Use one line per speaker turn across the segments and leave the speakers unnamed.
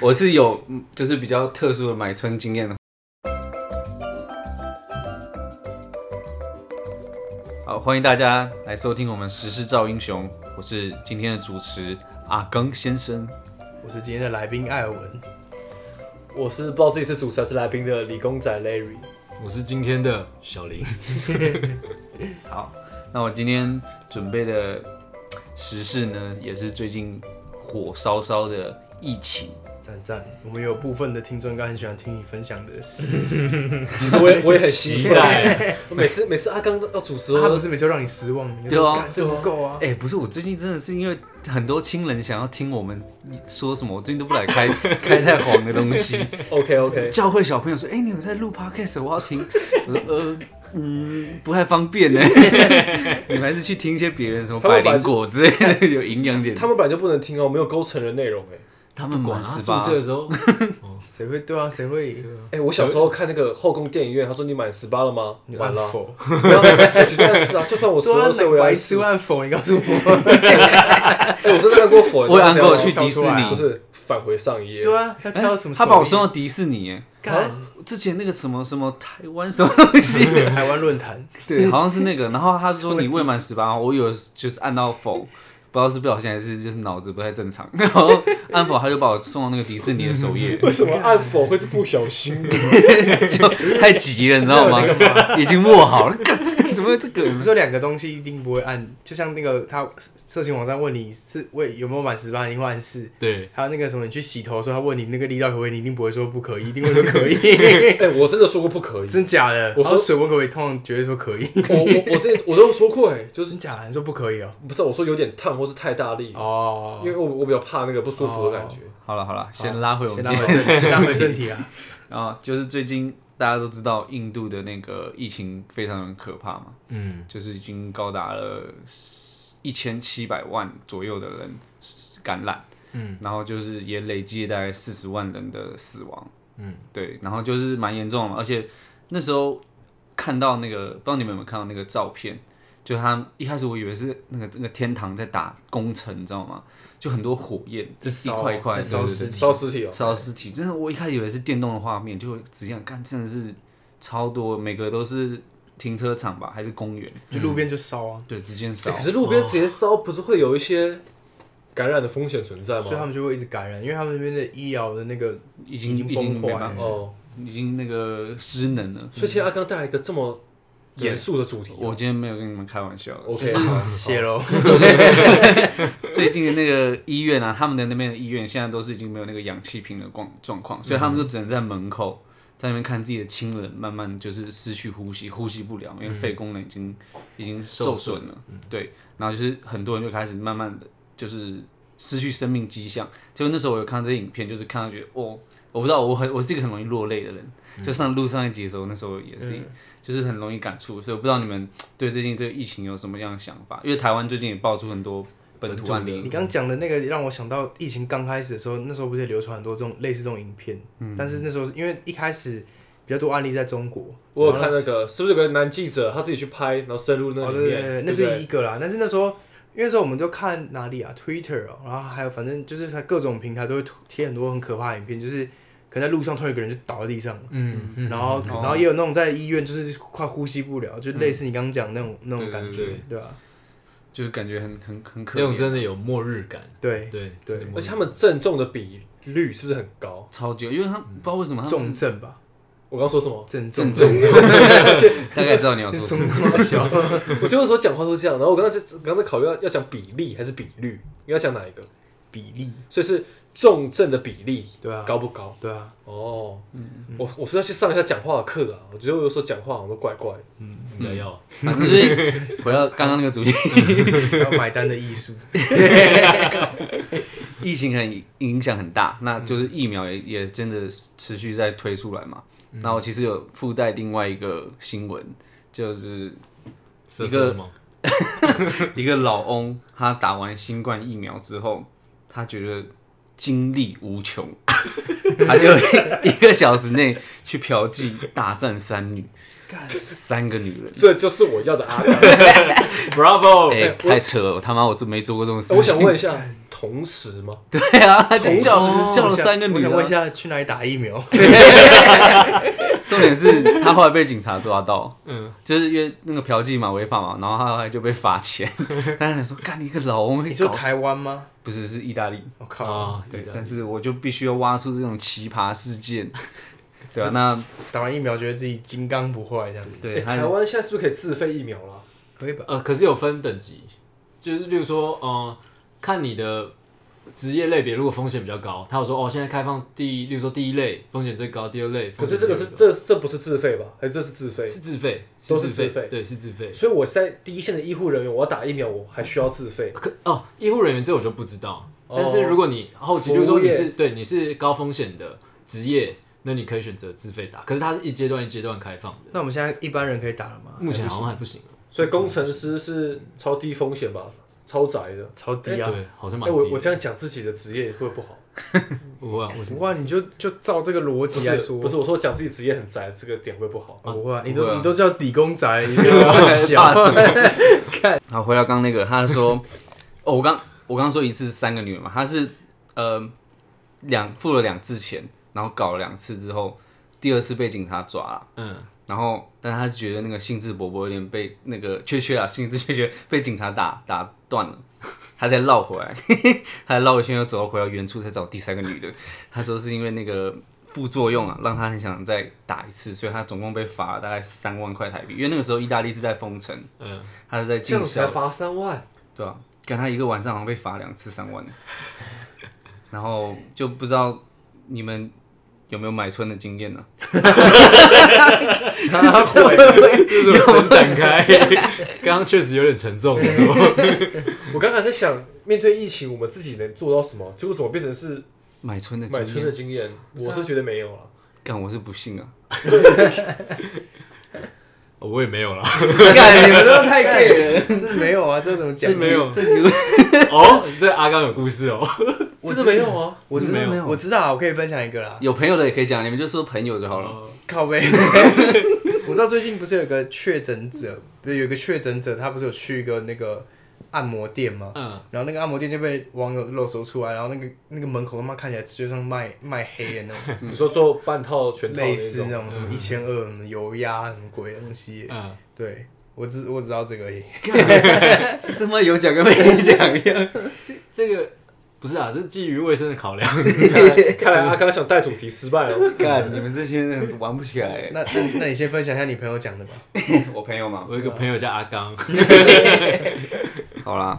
我是有嗯就是比较特殊的买春经验的。好，欢迎大家来收听我们《时事造英雄》，我是今天的主持阿刚先生。
我是今天的来宾艾尔文，
我是不知道自己是主持还是来宾的理工仔 Larry，
我是今天的小林，
好，那我今天准备的时事呢，也是最近火烧烧的疫情。
赞赞。我们有部分的听众应该很喜欢听你分享的事，
其实我也我也很期待，我每次每次阿刚要主持
啊
哦
他
都
不是每次都让你失望，你就
对
说
啊
干这不够啊。
哎、不是，我最近真的是因为很多亲人想要听我们说什么，我最近都不敢 开开太黄的东西。
啊 OK OK，
教会小朋友说：“哎、你有在录 podcast？我要听。” 我说：“呃，嗯，不太方便呢。你们还是去听一些别人什么
他们
百
本来
灵果之类的，有营养点。
他们本来就不能听哦，没有勾成人内容哎
他们满
啊
十
注
八，
册的时候，
谁会对啊？谁会
哎，我小时候看那个后宫电影院，他说你满十八了吗？
你
满
按
了，
否？
没有我绝对按 是啊，就算我十
说
二
啊
岁
哪
我
个
也按
白
十
痴，会按否？你告诉 我。
哎，我真的按过否，
我有按过
你
去
知道
迪士
跳出来
尼
吗不，是返回上一页，
对啊，他
哎
跳到什么手艺？
他把我送到迪士尼耶。
干
啊
之前那个什么什么台湾什么东 西，
台湾论坛，
对，好像是那个。然后他说你未满十八，我有就是按到否，不知道是不小心还是就是脑子不太正常。 然后按否，他就把我送到那个迪士尼的首页，
为什么按否会是不小心的？
就太急了，你知道吗？ 已经握好了，干怎么会这个？
我们说两个东西一定不会按，就像那个他色情网站问你是为有没有满十八，你会按是。
对，
还有那个什么，你去洗头的时候，他问你那个力道可不可以，你一定不会说不可以，一定会说可 以，
哎，我真的说过不可以，
真假的？
我
我说
说
水温可不可以，通常绝对说可以，
我我我之前我都有说过哎，就是
真假的？你说不可以哦？
不是我说有点烫或是太大力，
哦
因为我我比较怕那个不舒服的感觉。
好了好了，先拉回我们
先
今
拉回
天的
正，先拉回
主
正
题。
题啊！
然后就是最近大家都知道印度的那个疫情非常可怕嘛，
嗯，
就是已经高达了一千七百万左右的人感染，嗯，然后就是也累计大概四十万人的死亡，嗯，对，然后就是蛮严重的，而且那时候看到那个，不知道你们有没有看到那个照片，就他一开始我以为是那个那个天堂在打工程，你知道吗？就很多火焰，这一块一块
在
的，
烧尸体，
烧尸体哦，
烧尸体，真的，我一开始以为是电动的画面，就只想看，真的是超多，每个都是停车场吧，还是公园？
就路边就烧啊，
对，直接烧
欸可。是路边直接烧，不是会有一些感染的风险存在
所以他
吗？
们就会一直感染，因为他们那边的医疗的那个
已经
已经
已经
崩
没
坏
办法，
哦，
已经那个失能
嗯
了。
所以其实阿刚带来一个这么严肃的主题哦，
我今天没有跟你们开玩笑的，
OK
就是
好
泄露，
最近的那个医院啊，他们的那边的医院现在都是已经没有那个氧气瓶的状状况，所以他们就只能在门口在那边看自己的亲人慢慢就是失去呼吸，呼吸不了，因为肺功能已经、已经受损了。对，然后就是很多人就开始慢慢的就是失去生命迹象。就那时候我有看这些影片，就是看到觉得哦，我不知道，我很我是一个很容易落泪的人。就上路上一集的时候，那时候也是，就是很容易感触。所以我不知道你们对最近这个疫情有什么样的想法？因为台湾最近也爆出很多本土案例，
你刚讲的那个让我想到疫情刚开始的时候，那时候不是也流传很多这种类似这种影片，
嗯
但是那时候是因为一开始比较多案例在中国，
我有看那个，是不是有个男记者他自己去拍，然后深入那
哦，
里
对对
面，
对，
对
那
不对
是一个啦。但是那时候，因为那时候我们就看哪里啊，Twitter 哦，然后还有反正就是它各种平台都会贴很多很可怕的影片，就是可能在路上突然有个人就倒在地上，
嗯，
然后
哦
然后也有那种在医院就是快呼吸不了，就类似你刚刚讲那种那种
对对
感
对
觉，对吧？
就是感觉很很很可
那种
怜，
真的有末日感，
对，
对
对
真的末
而
日
且他们正中的比率是不是很高？
超级，因为他不知道为什么他们
重症吧，
我刚说什 么？
症
重
重
症，大概知道你要
那
说什
什么
么。
这么小？
我记得那时候讲话都是这样，然后我刚刚在刚才考虑要要讲比例还是比率，应该讲哪一个？
比例，
所以是重症的比例
对啊，
高不高？
对啊，
哦，
嗯
我我是不是要去上一下讲话的课啊？我觉得我有时候讲话好像都怪怪的。嗯
应该嗯要，
反正就是回到刚刚那个主题，
还有买单的艺术，
疫情很影响很大，那就是疫苗也也真的持续在推出来嘛。那我其实有附带另外一个新闻，就是
色色的吗？
一个老翁，他打完新冠疫苗之后，他觉得精力无穷， 他就 一个小时内去嫖妓大战三女，三个女人，
这就是我要的阿甘。
哎、
Bravo！
太扯了！我他妈我做没做过这种事情？
哎我想问一下，同时吗？
对啊，他
同时
叫
哦
叫
我
了
想
三个
我
女
想问一
的。
下，去哪里打疫苗？
重点是他后来被警察抓到，
嗯，
就是因为那个嫖妓嘛违法嘛，然后他后来就被罚钱。但是想说，干你一个老翁，
你说
搞
台湾吗？
不是是意大利？
我靠，
啊，
对
对，
哎
的
但，是我就必须要挖出这种奇葩事件，对啊，那哎
打完疫苗觉得自己金刚不坏这样，
对
欸
还
台
有
湾现在是不是可以自费疫苗了？
可以吧？
呃，可是有分等级，就是例如说，呃，看你的职业类别，如果风险比较高，他有说哦，现在开放第，例如说第一类风险最高，第二类
可
风
是
险
这
最
个是
高，
这这不是自费吧？哎还是这是自费？
是自费，
都是
是
自费
对，是自费。
所以我在第一线的医护人员，我要打疫苗，我还需要自费。
可哦，医护人员这我就不知道，
哦
但是如果你后期，
服务
比如说你
业
是对你是高风险的职业，那你可以选择自费打，可是它是一阶段一阶段开放的，
那我们现在一般人可以打了吗？
目前好像还不行。
所以工程师是超低风险吧，超宅的。
超低啊！
对，好像
哎、
蛮低
我
的。
我这样讲自己的职业会不会不好？
不会啊，为什
不
么？
会啊，你就就照这个逻
不
辑来说，
是不是，我说讲自己职业很宅，这个点会不好。
不会啊，
不会啊
你都你都叫理工宅，你不要
怕
小。
什么？ 好，回到刚刚那个，他说， 哦，我刚我刚说一次三个女人嘛，他是呃两付了两次钱，然后搞了两次之后，第二次被警察抓了。
嗯，
然后，但他觉得那个兴致勃勃，有点被那个缺缺啊，兴致缺缺被警察打打断了， 他再绕回来，他绕一圈又走到回到原处，才找第三个女的。他说是因为那个副作用啊，让他很想再打一次，所以他总共被罚了大概三万块台币。因为那个时候意大利是在封城，
嗯，
他是在
这
禁
样才
校，
罚三万，
对啊？跟他一个晚上好像被罚两次三万呢，然后就不知道你们有没有买春的经验呢、
他会
就是伸展开，刚刚确实有点 沉重，你说
我刚才在想，面对疫情，我们自己能做到什么？结果怎么变成是
买春的经
买
验，
春的经验？我是啊觉得没有了。
干我是不信啊。
哦我也没有啦。
干，你们都太 gay 了。
这没有啊，这怎么讲？
没有
这题
哦，这阿刚有故事哦。
我
真的没有啊！
我知
真的没有
我知道，我可以分享一个 啦。
有朋友的也可以讲，你们就说朋友就好了。
哦
靠背，我知道最近不是有个确诊者，不是有个确诊者，他不是有去一个那个按摩店吗？
嗯，
然后那个按摩店就被网友露搜出来，然后那个那个门口他妈看起来就像卖卖黑的那种，
嗯你说做半套、全套
类
那
似那
种，
种什么一千二、什么油压、什么鬼东西。
嗯，
对我只我只知道这个而已。
这他妈有讲跟没讲一样。
这个不是啊，这是基于卫生的考 量。
看来看来阿刚想带主题失败了。
干，你们这些人玩不起来。
那那那你先分享一下你朋友讲的吧。
我朋友嘛，
我有一个朋友叫 阿刚，
好啦，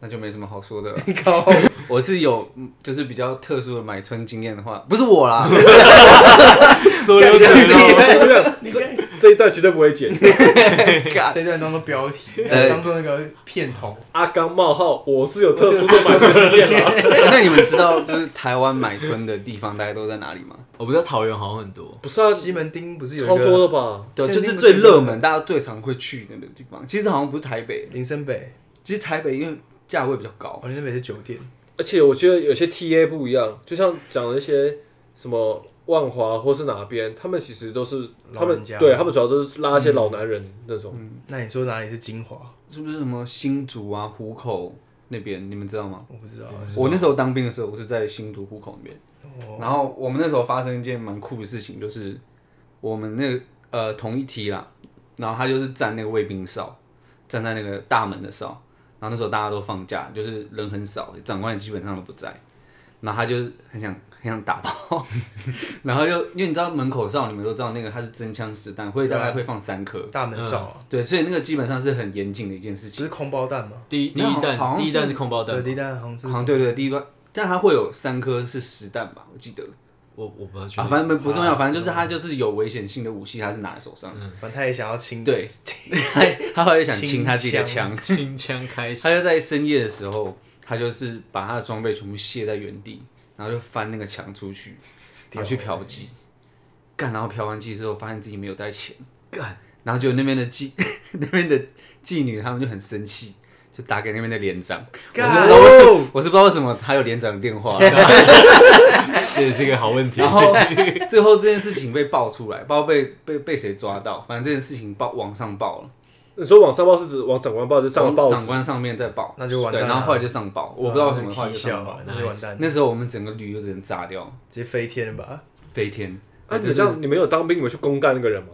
那就没什么好说的了。
靠，
我是有，嗯就是比较特殊的买春经验的话，不是我 啦，
说溜嘴哦了。
你
这这一段绝对不会剪。
这段当做标题，
对
当做那个片头。
阿刚冒号，我是有特殊的买春经验啦。
那你们知道就是台湾买春的地方大概都在哪里吗？
我不知道桃园好像很多，
不是啊，
西门町不是有一
超
个
多的吧？
对，
现
就
在那
是
个
最
是
热门，大家最常会去那个地方。其实好像不是台北，
林森北？
其实台北因为价位比较高
哦，，林森北是酒店。
而且我觉得有些 TA 不一样，就像讲了一些什么万华或是哪边，他们其实都是他
老
们
人家
对他们主要都是拉一些老男人那种。
那你说哪里是精华？
啊是不是什么新竹啊、湖口那边？你们知道吗？
我不知道。
我那时候当兵的时候，我是在新竹湖口那边。然后我们那时候发生一件蛮酷的事情，就是我们那个呃同一梯啦，然后他就是站那个卫兵哨，站在那个大门的哨。然后那时候大家都放假，就是人很少，长官也基本上都不在。然后他就很想很想打炮， 然后就因为你知道门口哨，你们都知道那个它是真枪实弹，会大概会放三颗。
大门少啊，
对，所以那个基本上是很严谨的一件
不
事情。
是空包弹吗？
第一第
没有
一
好
弹
像
第一弹
是
是空包弹
对，，第一弹好像是
好像对对，第一个，但它会有三颗是实弹吧，我记得
我我不知道去
啊，反正不重要，反正就是它就是有危险性的武器，它是拿在手上，
反正他也想要清。
对，他他后来就想清他自己的
清
枪，
清枪开始
他就在深夜的时候，他就是把他的装备全部卸在原地，然后就翻那个墙出去，然后去嫖妓，干，然后嫖完妓之后发现自己没有带钱，
干，
然后就那边的妓 那边的妓女他们就很生气。就打给那边的连长，我是不
嗯
知道为什么，我是不知道为什么他有连长的电话，
这也是一个好 问题。
然后最后这件事情被爆出来，不知道被被被谁抓到，反正这件事情爆往上爆了。
你说往上报是指往长官报，就上报
长官上面在报，
那就完蛋
对
了啊
然后后来就上报，我不知道为什么后来就上报
笑，。呃那就完蛋，
那时候我们整个旅游只能炸掉，
直接飞天吧。
飞天。
啊，你这样你们有当兵，你们去公干那个人吗？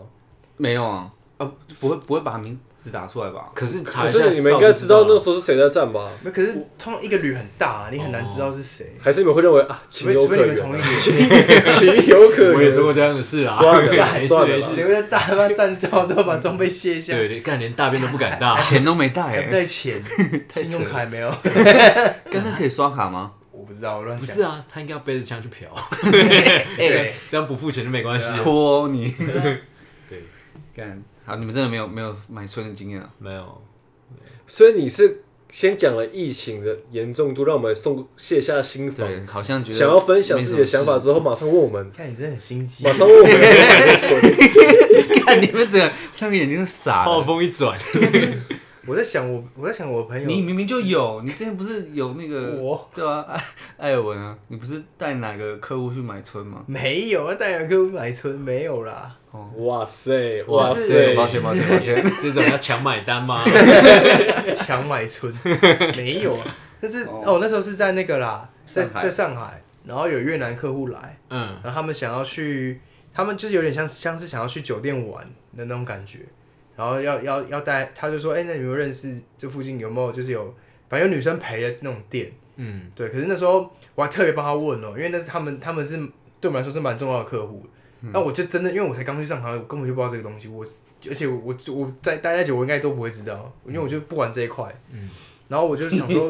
没有啊，啊，不会不会把名字打出来 吧？
可是查
可
一下，
是你们应该知道那时候是谁在站吧？
那可是通常一个旅很大，你很难知道是谁，
哦
还是你们会认为啊，
除
情
非
有
除
可
非你们同
原
一
啊，
旅。
情有可
我也做
原。
过这样的事啊，
算 了 啦
没事
算了
没
啦
事。
谁会在大妈站哨之后把装备卸下？
对，干连大便都不 敢大，
钱都没
还
带、
不
欸，
带钱，
太
信用
扯了
卡也没有，
刚刚可以刷卡吗？
我不知道，我乱
不
想
是。啊，他应该要背着枪去嫖，
哎
对，
这样不付钱就没关系。
啊
托你
啊 对，
干好，你们真的没有没有买春的经验啊？
没有，
所以你是先讲了疫情的严重度，让我们送卸下心防，
对，好像觉得
想要分享自己的想法
没什么事，
之后，马上问我们，
看你真的很心机
马。上问我们有没有 蠢。
看你们整个三个眼睛都傻
话
了。
锋一转，
我在想我，我在想我朋
你
友，
明明就有，你之前不是有那个
我
对啊，艾艾尔文啊，你不是带哪个客户去买春吗？
没有啊，带两个买春没有啦，
哇塞，
哇
哇
塞
塞，
抱歉抱歉抱 歉，
这种要强买 单吗？
强 买春没有啊。但是
哦
哦，那时候是在那个啦，在
上海
在上海，然后有越南客户来，
嗯，
然后他们想要去，他们就是有点像像是想要去酒店玩的那种感觉，然后要要要带，他就说，哎、那你有没有认识这附近有没有就是有，反正有女生陪的那种店，
嗯，
对。可是那时候我还特别帮他问哦、因为那是他们他们是对我们来说是蛮重要的客户。那我就真的，因为我才刚去上海，我根本就不知道这个东西。我是而且我我我在待太久，我应该都不会知道，因为我就不玩这一块。嗯。然后我就想说，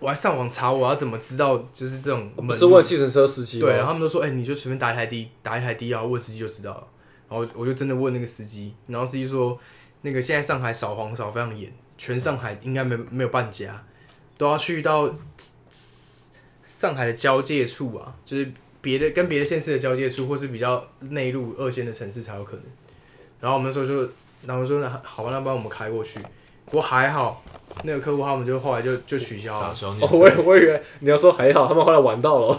我还上网查我要怎么知道，就是这种门
不是问计程车司机
对，然后
吗？
他们都说，哎、你就随便打一台的，打一台的，然后问司机就知道了。然后我就真的问那个司机，然后司机说，那个现在上海扫黄扫非常严，全上海应该没没有半家，都要去到上海的交界处啊，就是别的跟别的县市的交界处，或是比较内陆二线的城市才有可能。然后我们那时候就，然后我说那好吧，那帮我们开过去。不过还好，那个客户他们就后来就就取消
找
了，
双
哦，我以我以为你要说还好，他们后来玩到 了。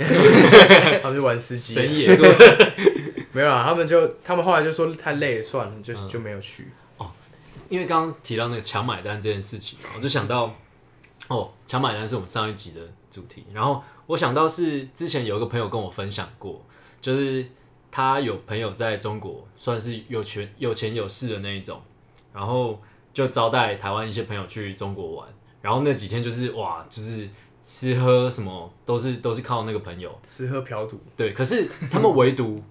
他们就玩司机了。
神野座。
没有啦，他们就他们后来就说太累了，算了，就、就没有去。
因为刚刚提到那个强买单这件事情，我就想到，哦，强买单是我们上一集的主题。然后我想到是之前有一个朋友跟我分享过，就是他有朋友在中国算是有权有钱有势的那一种，然后就招待台湾一些朋友去中国玩，然后那几天就是哇，就是吃喝什么都是 都是靠那个朋友。
吃喝嫖赌，
对，可是他们唯独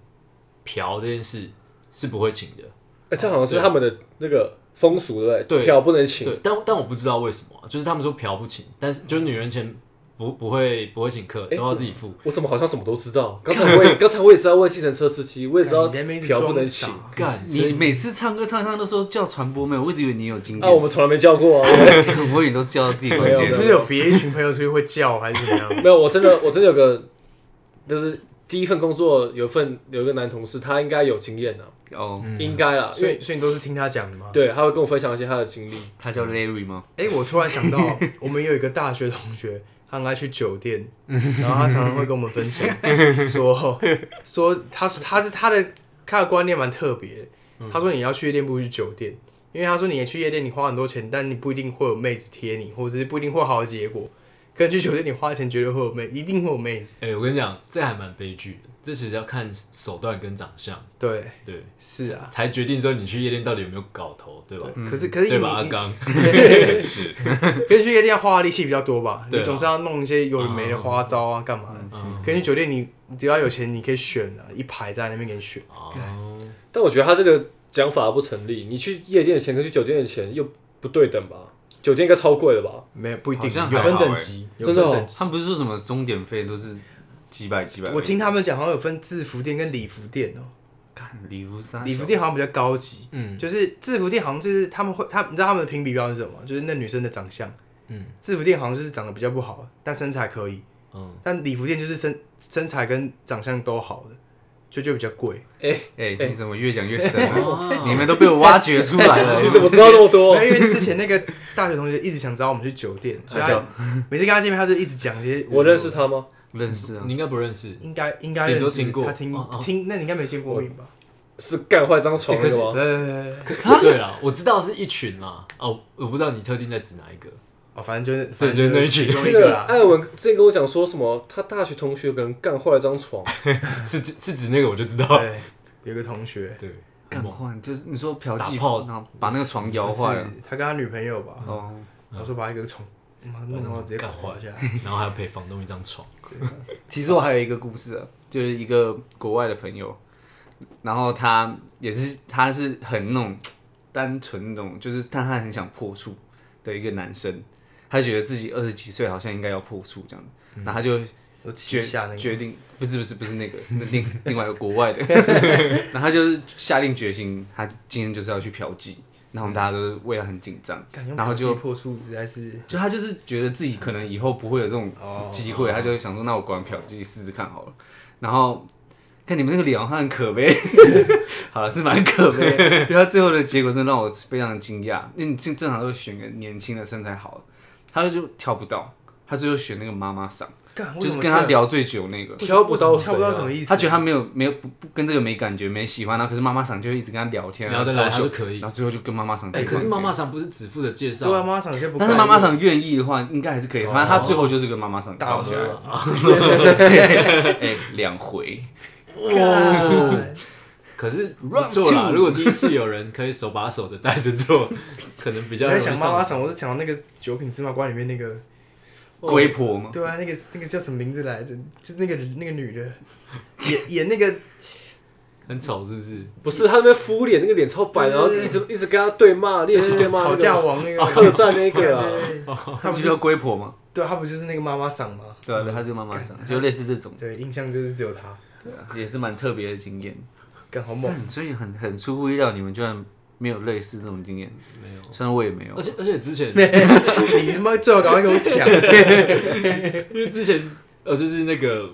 嫖这件事是不会请的。
哎，这好像是他们的那个风俗，对不对？
对
票不能请。
对，嗯但但我不知道为什么啊、就是他们说嫖不请，但是就是女人钱不不会不会请客，都要自己付。
我怎么好像什么都知 道？刚才我也刚才我也知道问计程车司机，我也知道
你在那边一直
嫖不能
装
请
傻
啊，
干，
你每次唱歌唱一唱都说叫传播妹，我一直以为你有经验，
啊我们从来没叫过啊。
我以为你都叫自己关
没
你
键
有
是不
了。
是有别一群朋友出去会叫还是怎么样？
没有，我真的我真的有个，就是第一份工作有份有一个男同事，他应该有经验的，
哦，
嗯
应该啦，因
所
为
以所以你都是听他讲的 吗？
对他会跟我分享一些他的经历。
他叫 Larry 吗？
哎、我突然想到，我们有一个大学同学，他很爱去酒店，然后他常常会跟我们分享，说说他他他的他的观念蛮特别，他说你要去夜店不如去酒店，因为他说你去夜店你花很多钱，但你不一定会有妹子贴你，或者是不一定会有好的结果。可是去酒店你花钱绝对会有妹，一定会有妹子。
哎、我跟你讲，这还蛮悲剧的。这其实要看手段跟长相，
对，
对，
是啊。
才决定说你去夜店到底有没有搞头，对吧？
可是可是
对
你
吧，阿
你
刚？是，
可是去夜店要花的力气比较多吧？
对
你
啊
总是要弄一些有的没的花招啊，干嘛的？
嗯，
可是去酒店你你只要有钱，你可以选啊，一排在那边给你选。
哦，
但我觉得他这个讲法不成立，你去夜店的钱跟去酒店的钱又不对等吧？酒店应该超贵的吧？
没有不一定，
好像
有
还
分
好
等
欸
级，有
真的
分
哦
等级。
他们不是说什么钟点费都是几百几百而已？
我听他们讲，好像有分制服店跟礼服店
啊
哦。
干礼服三小，
礼服店好像比较高级，
嗯，
就是制服店好像就是他们会，他你知道他们的评比标准是什么吗？就是那女生的长相。
嗯，
制服店好像就是长得比较不好，但身材可以。
嗯，
但礼服店就是身身材跟长相都好的，所以就比较贵。
哎，你怎么越讲越深
哦
了？你们都被我挖掘出来 了。
你怎么知道那么多？
因为之前那个大学同学一直想找我们去酒店，所以他
他叫
每次跟他见面，他就一直讲一些
我认识，他吗？
认识啊
你？应该不认识。
应该应该
顶
认
多
识
听过
他听
哦哦
听，那你应该没见过面吧？
是干坏张床
欸可
的
是
吗？
来来来来，
对了，我知道是一群啦，哦，我不知道你特定在指哪一个。
哦，反正就是
对就是那一群
其中
那
一个
个
啦。
艾文之前跟我讲说什么，他大学同学有个人干坏了张床，
是指是指那个我就知道，
对，有一个同学
对，
干换就是你说嫖
打
妓
炮
然后把那个床摇坏了
不是，他跟他女朋友吧，
哦，
然后说把一个虫，妈弄到直接垮下来。
然后还要陪房东一张床，
其实我还有一个故事啊，就是一个国外的朋友，然后他也是他是很那种单纯那种，就是但他很想破处的一个男生，他觉得自己二十几岁好像应该要破处这样，然后他就
我旗
决
嗯下那个，
决定不是不是不是那个，那另 另外一个国 外的，然后他就是下定决心，他今天就是要去嫖妓，然后我们大家都为他很紧张，
干用
然后
手机
就
破处实在是
就他就是觉得自己可能以后不会有这种
哦
机会，他就想说，那我管嫖妓试试看好了。然后看你们那个脸，他很可悲， 好了是蛮可 悲的，因为他最后的结果真的让我非常惊讶。因为你正正常都会选个年轻的身材好的，他就跳不到，他最后选那个妈妈嗓，
干，
就是跟他
聊
聊最久那个。
挑不到
挑不到什么意思，啊
他觉得他没有没有不不跟这个没感觉没喜欢，然后可是妈妈嗓就会一直跟他聊天，
聊得
然后
来他
搜
就
寻
可以
然。后最后就跟妈妈嗓
哎、
结
可
婚
是
这
妈
样。
妈桑不是指父的介绍，
对啊，妈妈想先不干，
但是妈妈嗓愿意的话，应该还是
哦
可以。反正他最后就是跟妈妈嗓
打
搞
我
起来。
了，
哎，两回，
干
可是不错啦。如果第一次有人可以手把手的带着做，可能 比
我
较
在
容易
想妈妈
上手。
想，我就想到那个九品芝麻官里面那个，
哦
龟婆嘛，
对啊，那个那个叫什么名字来着？就是那个那个女的演演那个，
很丑是不是？
不是他那边敷脸，那个脸超白，然后一直一直跟他对骂，练习对骂，
吵架王那 个
客栈那
干
个啊，
对
他不就叫龟婆吗？
对，他不就是那个妈妈桑吗？
对啊，
嗯
对，他是妈妈桑，就类似这种，
对，印象就是只有他，
也是蛮特别的经验。
干好 猛，
所以很很出乎意料，你们居然没有类似这种经验。
没有。
虽然我也没有
而，且而且之前，
你他妈最好赶快给我 讲，
因为之前呃，就是那个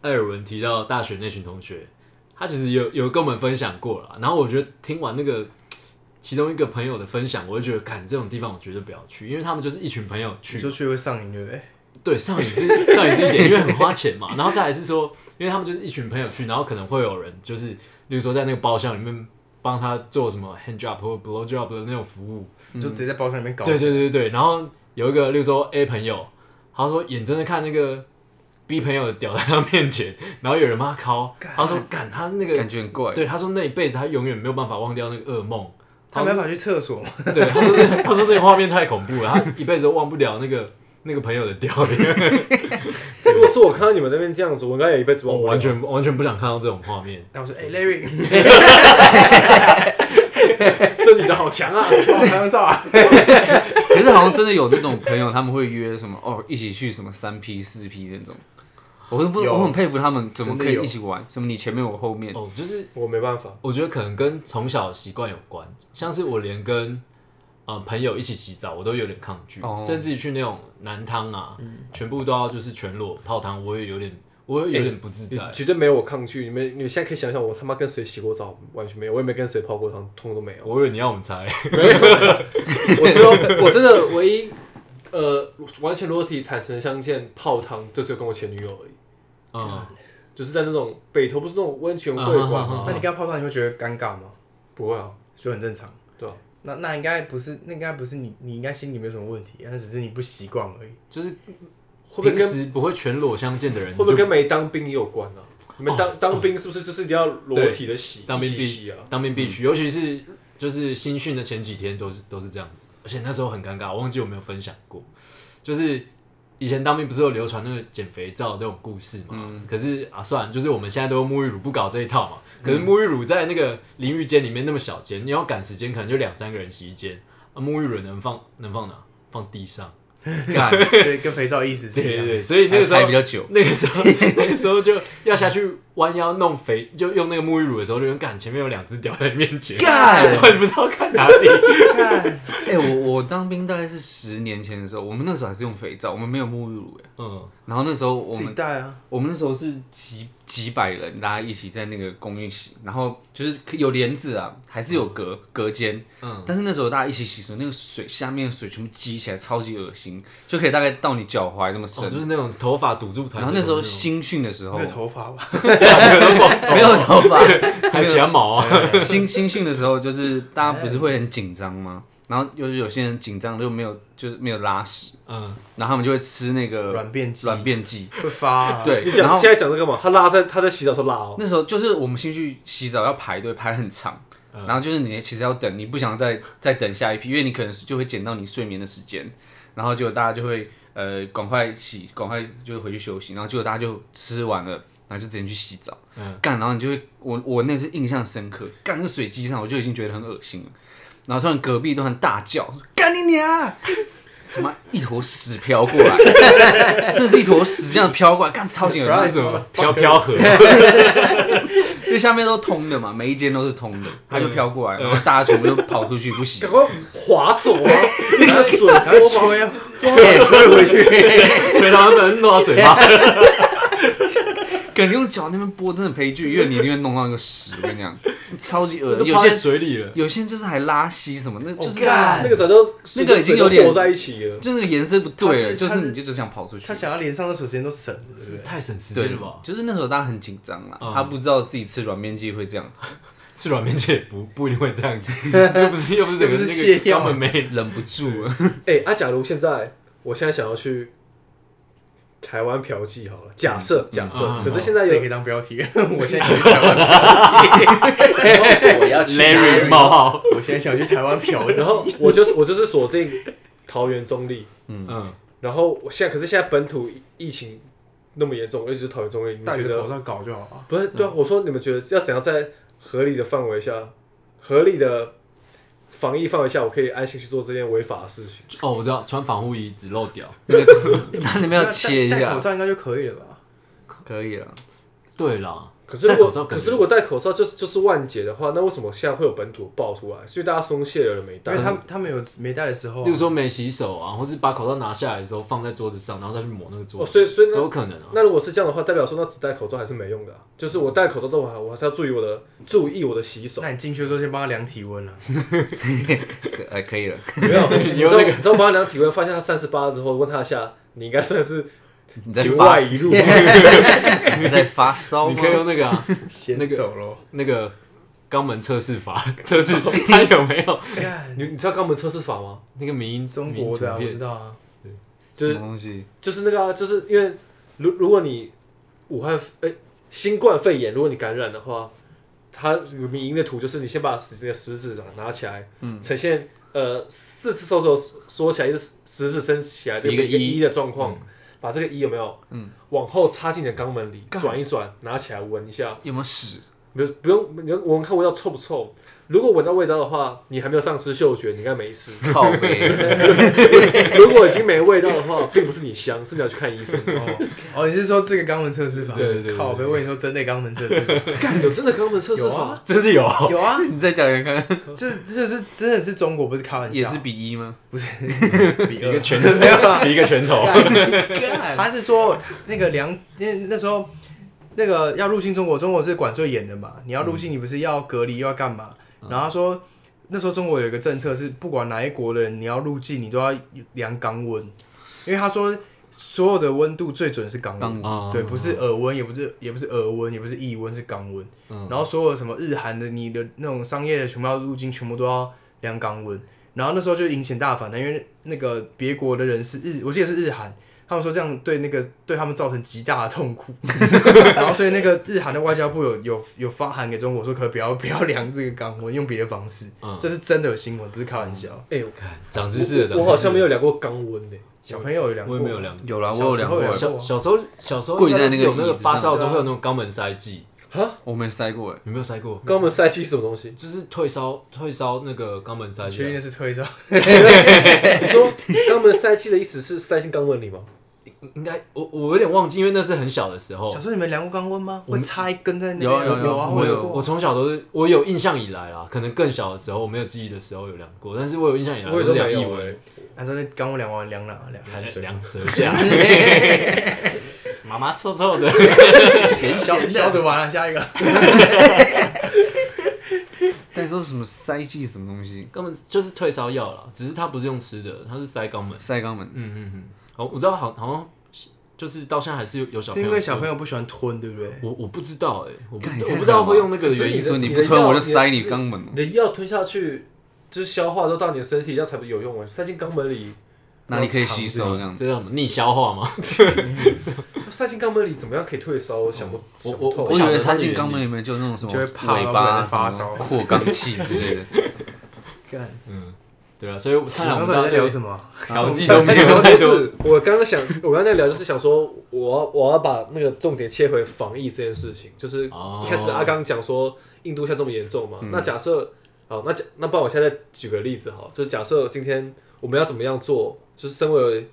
艾尔文提到大学那群同学，他其实有有跟我们分享过了。然后我觉得听完那个其中一个朋友的分享，我就觉得，看这种地方我绝对不要去，因为他们就是一群朋友去
你，说去会上瘾对不对？
对，上瘾是上瘾是一点，因为很花钱嘛。然后再来是说，因为他们就是一群朋友去，然后可能会有人就是，例如说在那个包厢里面帮他做什么 hand job 或 blow job 的那种服务。
你就直接在包厢里面搞，
嗯对对对对，然后有一个，例如说 A 朋友，他说眼睁睁看那个 B 朋友的屌在他面前，然后有人骂他敲，他说干他那个
感，觉很怪。
对他说那一辈子他永远没有办法忘掉那个噩梦。
他没办法去厕所，
对，他说那他说那个画面太恐怖了，他一辈子都忘不了那个那个朋友的屌，
如果是我看到你们那边这样子，我应该也一辈子忘
哦我
不了
完。全完全不想看到这种画面。
然后我说：“哎、l a r r y
这女的好强啊！
帮我拍张照啊
可是好像真的有那种朋友，他们会约什么哦，一起去什么三 P 四 P 那种。我都不，
有
我很佩服他们怎么可
真的
以
有
一起玩，什么你前面我后面，
哦，就是
我没办法，
我觉得可能跟从小习惯有关，像是我连跟呃朋友一起洗澡，我都有点抗拒，
哦
甚至于去那种男汤啊，
嗯
全部都要就是全裸泡汤，我也有点，我也有点不自
你
在。
绝对没有我抗拒。你们你们现在可以想想，我他妈跟谁洗过澡，完全没有，我也没跟谁泡过汤，通通都没 有。
我以为你要我们猜，
我只有我真的唯一呃完全裸体坦诚相见泡汤，就只有跟我前女友而已，
嗯，
就是在那种北头不是那种温泉会馆
啊
吗？
那你跟他泡上，你会觉得尴尬吗？
不会啊，
就很正常。
对啊，
那那应该不是，那应该不是你，你应该心里没有什么问题，那只是你不习惯而已。
就是
会不会
平
跟
时不会全裸相见的人，
会不会
你就哦
跟没当兵也有关啊？你们当当兵是不是就是一定要裸体的洗？
当兵
一起
必
洗啊！
当兵必须，尤其是就是新训的前几天都是都是这样子，而且那时候很尴尬，我忘记有没有分享过，就是以前当兵不是有流传那个减肥皂这种故事嘛？可是啊，算了，就是我们现在都沐浴乳不搞这一套嘛。可是沐浴乳在那个淋浴间里面那么小间，你要赶时间，可能就两三个人洗一间，啊、沐浴乳能放能放哪？放地上。
干
对，跟肥皂意思是
对
一
对
样。
对，所 以那个时候
还比较 久，
那个时候，那个时候就要下去弯腰弄肥，就用那个沐浴乳的时候，就感前面有两只屌在面前，
干
我也不知道看哪里。
看
哎、我我当兵大概是十年前的时候，我们那时候还是用肥皂，我们没有沐浴乳哎。
嗯，
然后那时候我
自己
们
带啊，
我们那时候是几几百人，大家一起在那个公寓洗，然后就是有帘子啊，还是有隔隔间，
嗯，
但是那时候大家一起洗的时候，那个水下面的水全部积起来，超级恶心，就可以大概到你脚踝那么深。
哦，就是那种头发堵住排水
然
孔
后那
那种。
时候新训的时候
没有，头发吧？
没有头发，
还有其他毛啊，
新新训的时候，就是大家不是会很紧张吗？然后就是有些人紧张就没有，就是没有拉屎，
嗯，
然后他们就会吃那个
软便剂
软便剂。
会发、啊。
对
你，
然
讲
后
现在讲这个嘛？他拉在他在洗澡的时候拉哦，
那时候就是我们先去洗澡要排队，排很长，然后就是你其实要等，你不想再再等下一批，因为你可能是就会减到你睡眠的时间，然后结果大家就会呃赶快洗，赶快就回去休息，然后结果大家就吃完了。然后就直接去洗澡，干，然后你就会，我我那次印象深刻，干那个水机上我就已经觉得很恶心了，然后突然隔壁突然大叫，干你娘！他妈一坨屎飘过来， 真的是一坨屎这样飘过来，干超级恶心
那。什么飘飘河，
因为下面都通的嘛，每一间都是通的，它就飘过来，然后大家全部都跑出去不洗
赶，快划走啊！ 那个水
然后
波嘛，
吹啊，
对，吹回去，
吹到他们弄到嘴巴，
可能用脚那边拨，真的悲剧，因为你那边弄到那个屎，我跟你讲，超级恶
都
心。有
泡在
些
水里了。
有些就是还拉稀什么，那就是
哦干
那个早就
那个已经有点
水都和在一起了。
就那个颜色不对
他
了，
是
就
他
是
是
你就只想跑出去
他。想要连上厕所时间都省了，对不对？
太省时
对
间了吧，？
就是那时候大家很紧张啦，
嗯
他不知道自己吃软面剂会这样子，
吃软面线也不不一定会这样子，又不 是又不是整个
又不是泻
那个
药
根本没
忍不住了。
哎、啊，假如现在我现在想要去台湾嫖妓好了，假设假设，
嗯
可是现在
这
有
可以当标题， 我现在想去台湾嫖妓，
我要
啊 Larry 冒号，
我现在想去台湾嫖
然后
妓，
我就是我就是锁定桃园中立，
嗯，
然后我现在可是现在本土疫情那么严重，尤其是桃园中立，你
戴
觉
着口
得
罩搞就好了。
不是？对啊，我说你们觉得要怎样在合理的范围下，合理的防疫范围下，我可以安心去做这件违法的事情？
哦，我知道，穿防护衣只露屌，
那你们 要切一
戴戴
下
口，罩应该就可以了吧？
可以了。
对啦，
可是如果
戴口罩感觉
可是如果戴口罩就是就是万劫的话，那为什么现在会有本土爆出来？所以大家松懈了，有人没
因
戴
为。他他们有没戴的时候啊
例如，说没洗手啊，或是把口罩拿下来的时候放在桌子上，然后再去抹那个桌
哦，
子，
所以所以
都
那
有可能啊。
那如果是这样的话，代表说那只戴口罩还是没用的啊、就是我戴口罩的话，我还是要注意我的注意我的洗手。
那你进去的时候先帮他量体温啊了。
是哎，可以了，
没有，你知
有
道
那
你知道我帮他量体温，发现他三十八之后，问他一下，你应该算是
你在
情
发
外一 路。
是在发烧
你
吗
可？以用那个啊，
先
那个
走喽。
那个肛门测试法，测试它有没有
看
你你知道肛门测试法吗？
那个迷因
中国的啊，我
迷因
知
图
道啊。
什
就
么
是
东西？
就是那个、啊，就是因为如如果你武汉哎、新冠肺炎，如果你感染的话，它民营的图就是你先把你的食指拿拿起来，
嗯
呈现呃四只手指头缩起来，一只食指伸起来，这
一个一嗯
一的状况。把这个一有没有，嗯，往后插进你的肛门里，转一转，拿起来闻一下，
有没有屎？
不不用，你就闻看味道臭不臭。如果闻到味道的话，你还没有丧失嗅觉，你应该没事。
靠 背，
如果已经没味道的话，并不是你香，是你要去看医生。
哦，哦，你是说这个肛门测试法？
对对对对
靠，我没问你说真的肛门测试法。
干 有真的肛门测试
有
法
啊？
真的有，
有啊，
你再讲讲看，
这这是真的是中国，不是开玩笑，
也是比一吗？
不是比
比一个拳头，
没有啊？
比一个拳头，
他是说那个梁，因为那时候那个要入侵中国，中国是管最严的嘛，你要入侵，你不是要隔离又要干嘛？然后他说那时候中国有一个政策是，不管哪一国人你要入境，你都要量肛温，因为他说所有的温度最准是肛温
肛。温
啊
对，不是耳温，也不是也不是耳温，也不是腋温，是肛温。
嗯
然后所有什么日韩的，你的那种商业的全部要入境，全部都要量肛温。然后那时候就引起很大的反弹，因为那个别国的人是日，我记得是日韩，他们说这样对那个对他们造成极大的痛苦。 然后所以那个日韩的外交部有有有发函给中国说，可不要不要量这个肛温，用别的方式。
嗯
这是真的有新闻，不是开玩笑。
哎、我
看长知识了，长知识
我好像没有量过肛温呢。
小朋友有量
我
过，
也没有量过。
有啦，我
小
有
时
两
候
过
有，
小小时候小时候
跪在那个
应该是有那个
椅子上
发烧的时候会有那种肛门塞剂，
我没塞过哎。
有没有塞过？
肛门塞气是什么东西？
就是退烧退烧那个肛门塞
你确定
剂
那
啊，
是推烧？
哎
你说肛门塞气的意思是塞进肛门里吗？
应该我我有点忘记，因为那是很小的时候
小。时候你们量过肛温吗？会插一根在那边
有啊有啊
有啊，
有啊我有
过啊
我从小都是，我有印象以来啦，可能更小的时候，我没有记忆的时候有量过，但是我有印象以来
我也
是
都
量
没
腋
有
围，
哎、
他说那刚我量完量哪量含 嘴，
量舌下， 妈妈臭臭 的，
咸
消消毒完了，下一个
但说什么塞剂什么东西，
根本就是退烧药啦，只是它不是用吃的，它是塞肛门。
塞肛门，
嗯嗯嗯，哦，我知道好好像就是到现在还是有有小
是
朋友
因
说
为小朋友不喜欢吞，对不对？
我我不知道哎、我不
干你
知道
太
我不知道会用那个
可是
原因
你的
说
是
你
你
不吞
药
我就塞
你
你肛门
你，的药吞下去，就是消化都到你的身体，这样才有用啊！塞进肛门里，
哪里可以吸收这样子？
这叫什么逆消化 吗？
塞进肛门里怎么样可以退烧？我想不，
我
想不透
我
我以
想
为
得它
塞
的
进
原
肛
理
门里面就是那种什么
就会怕
尾
到
巴、
人
什
发
么
烧
扩肛器之类的。
干，
对啊，所以看来我
刚才
们大
在
家
聊
对
什么？
调剂
我
都没 有太多。
是我刚刚想，我刚刚在聊就是想说，我要我要把那个重点切回防疫这件事情，就是
哦
一开始阿刚讲说印度现在这么严重嘛，那假设好，那假那不然我现在再举个例子好，就是假设今天我们要怎么样做，就是身为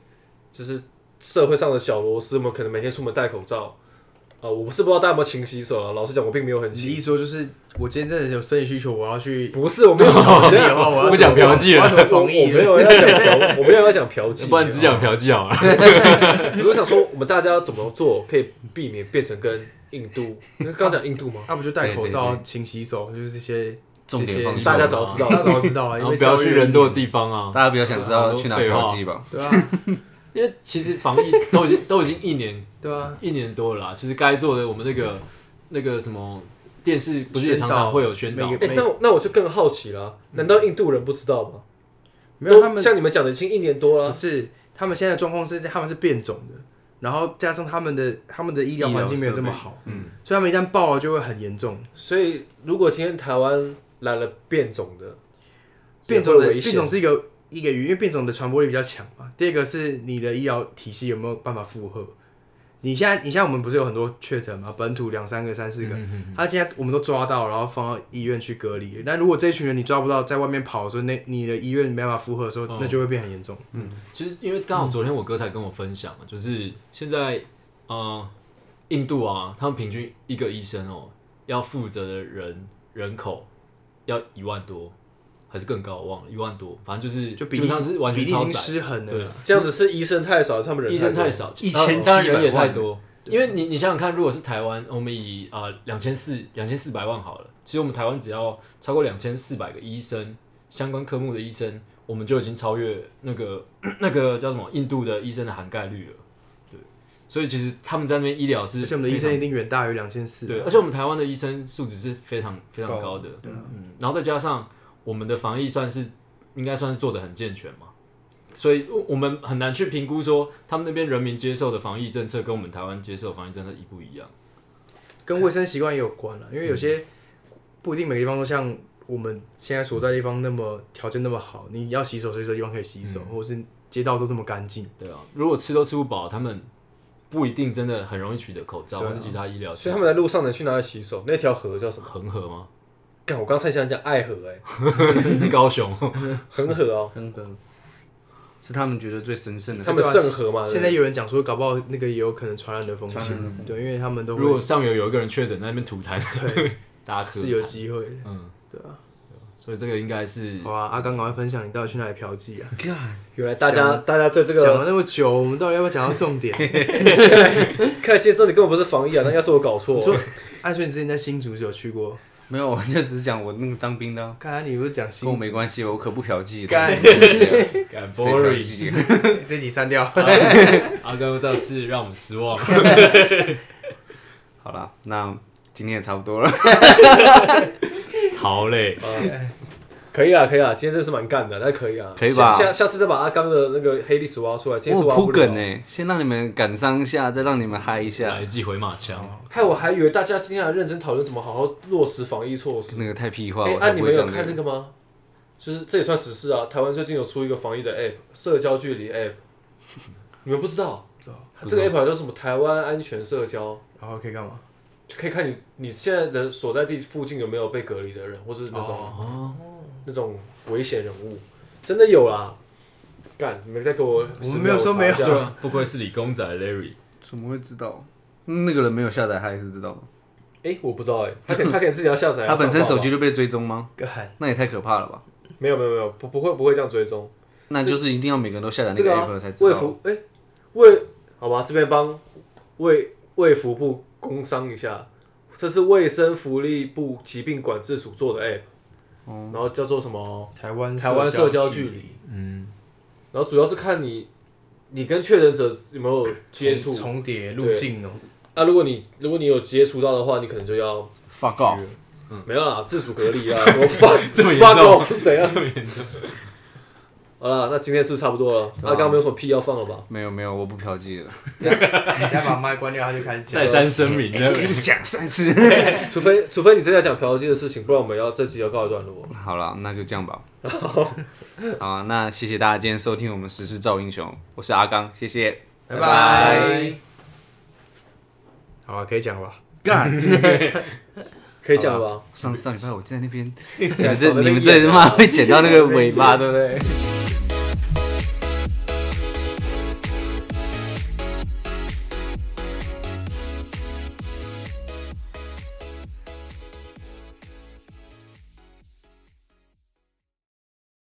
就是社会上的小螺丝，我们可能每天出门戴口罩。呃，我是不知道大家有没有勤洗手啊。老实讲，我并没有很
你
勤。
一说就是，我今天真的有生理需求，我要 去
不是，我没有
嫖妓的话， 我要
不讲嫖妓了
我要怎么
我
防疫？
我没 有要讲嫖，我没有要讲嫖妓，
不然只讲嫖妓 好了。
我就想说，我们大家要怎么做可以避免变成跟印度？刚刚讲印度吗？
那不就戴口
对
罩、
对
勤洗手，就是这些
重点放
这些
大家早知道
大家早知道啊，
然
因
后
为
不要
教育
去人多的地方啊，
大家比较想知道去哪
废话
嫖妓吧？
对啊，
因为其实防疫都已经都已经一年
对啊，
一年多了啦，其实该做的我们那个那个什么电视 不是也常
宣
常
导
会有宣导
每？个
哎、那我那我就更好奇了，难道印度人不知道吗？
嗯没有
都
他们嗯
像你们讲的已经一年多
不
了，
是他们现在的状况是他们是变种的，然后加上他们的他们的医疗环境没有这么好，
嗯，
所以他们一旦爆了就会很严重。
所以如果今天台湾来了变种的，
变种
也
的
会危险
变种是一个一个语，因为变种的传播力比较强嘛。第二个是你的医疗体系有没有办法负荷？你现在你现在我们不是有很多确诊嘛，本土两三个、三四个，他现在我们都抓到，然后放到医院去隔离。但如果这一群人你抓不到，在外面跑的时候，那你的医院没办法负荷的时候，那就会变很严重。
其实因为刚好昨天我哥才跟我分享，就是现在呃印度啊，他们平均一个医生哦要负责的人人口要一万多，还是更高，我忘了一万多，反正就是
就比
基
例
本上是完
比
全
例已
超
经
载。
失衡了。
对，
这样子是医生太少，他们人
医生
多
太少，
一
当然
千
当然
七百
人也太
万
多。因为你你想想看，如果是台湾，我们以啊两千四两千四百万好了，其实我们台湾只要超过两千四百个医生，相关科目的医生，我们就已经超越那个 那个叫什么印度的医生的涵盖率了。对，所以其实他们在那边医疗是
而
非
且
常，
我们的医生一定远大于两千四。
对，而且我们台湾的医生素质是非常非常高的，
啊
嗯，然后再加上我们的防疫算是应该算是做的很健全嘛，所以我我们很难去评估说他们那边人民接受的防疫政策跟我们台湾接受的防疫政策一不一样。
跟卫生习惯也有关了，因为有些不一定每个地方都像我们现在所在地方那么条件那么好，你要洗手随手地方可以洗手，或是街道都这么干净。
对啊，如果吃都吃不饱，他们不一定真的很容易取得口罩、
对啊
或是其他医疗器
所以他们在路上能去哪里洗手？那条河叫什么？
恒河吗？
干，我刚才想讲爱河、哎，
高雄
恒河哦，
真的是他们觉得最神圣的。
他们
对啊
圣河嘛。
现在有人讲说，搞不好那个也有可能传染的风
传染的
险，对，因为他们都
如
会
果上游有一个人确诊，在那边吐痰，
对
大家可
是有机会的。
嗯，
对啊，
所以这个应该是
好啊，阿刚赶快分享你到底去哪里嫖妓啊？
原来大家大家对这
讲
个
了那么久，我们到底要不要讲到重点？
看来今天这里根本不是防疫啊，那应该是我搞错了。
艾轩，你之前在新竹是有去过？
没有，我就只讲我那个当兵的啊，
刚才你不是讲
跟我
新竹？
没关系，我可不嫖妓。
干
这种东西啊 谁
敢
嫖
boring。
妓啊
这集删掉。
阿哥这次让我们失 望。
好啦，那今天也差不多 了。
逃嘞，
可以啊，可以啊，今天真是蛮干的，那可以啊，
可以吧
下下下次再把阿刚的那个黑历史挖出来，今天是
我
挖
铺
啊不了
梗呢、，欸先让你们感伤一下，再让你们嗨一下
哎
来。一记回马枪。
害我还以为大家今天还认真讨论怎么好好落实防疫措施。
那个太屁话，
哎、
我
啊，
才
你
不会
们有
讲
看那
这个。
个吗？就是这也算实事啊，台湾最近有出一个防疫的 app，社交距离 app，你们不知道？这个 app 好像叫什么？台湾安全社交，
然后可以干嘛？
就可以看你你现在的所在地附近有没有被隔离的人，或是那种、
哦，
那种危险人物，真的有啦。干，你们再给我，
我们没有说没有
我查一下
对
不愧是理工仔 Larry，
怎么会知道？那个人没有下载，嗨是知道吗？
哎、我不知道哎、他可以他可以自己要下载。
他本身
要
手
上报吧
机就被追踪吗？
干
那也太可怕了吧！
没有没有没有不不会不会这样追踪
那就是一定要每个人都下载那
这
个
个
app
啊
才，知
卫
道。
福哎卫好吧，这边帮卫卫福部工商一下，这是卫生福利部疾病管制署做的 app，、然
哦
后叫做什么？
台湾
台湾社交距
离，
嗯，
然后主要是看你你跟确诊者有没有接触
重？重叠路径哦，
啊，如果你如果你有接触到的话，你可能就要
fuck off，
没有啦，自主隔离 啊，什么 fuck
嗯 这么严
fuck
重
off 是怎样？好了，那今天是不是差不多
啊
了。那刚刚没有什么屁要放了吧？
没有没有，我不嫖妓 了，
你再把麦关掉，他就开始讲
再。三声明，这样
跟你讲三次。
除非除非你真的要讲嫖妓的事情，不然我们要这集要告一段落。
好了，那就这样 吧。好啊，那谢谢大家今天收听我们《时事造英雄》，我是阿刚，谢谢，
拜拜。好啊，可以讲了吧？
干。
可以讲了吧？
上上礼拜我在那边，你
对
们这
我在那边
你们这
演
他
啊
妈会剪到那个尾巴，对不对？